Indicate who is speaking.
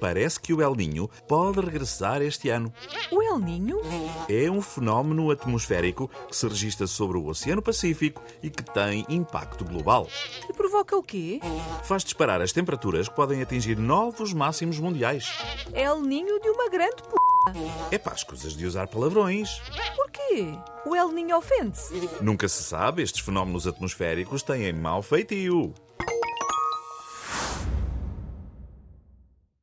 Speaker 1: Parece que o El Ninho pode regressar este ano.
Speaker 2: O El Ninho?
Speaker 1: É um fenómeno atmosférico que se registra sobre o Oceano Pacífico e que tem impacto global.
Speaker 2: E provoca o quê?
Speaker 1: Faz disparar as temperaturas que podem atingir novos máximos mundiais.
Speaker 2: É El Ninho de uma grande p...
Speaker 1: É para as coisas de usar palavrões.
Speaker 2: Porquê? O El Ninho ofende-se.
Speaker 1: Nunca se sabe, estes fenómenos atmosféricos têm mau feitio.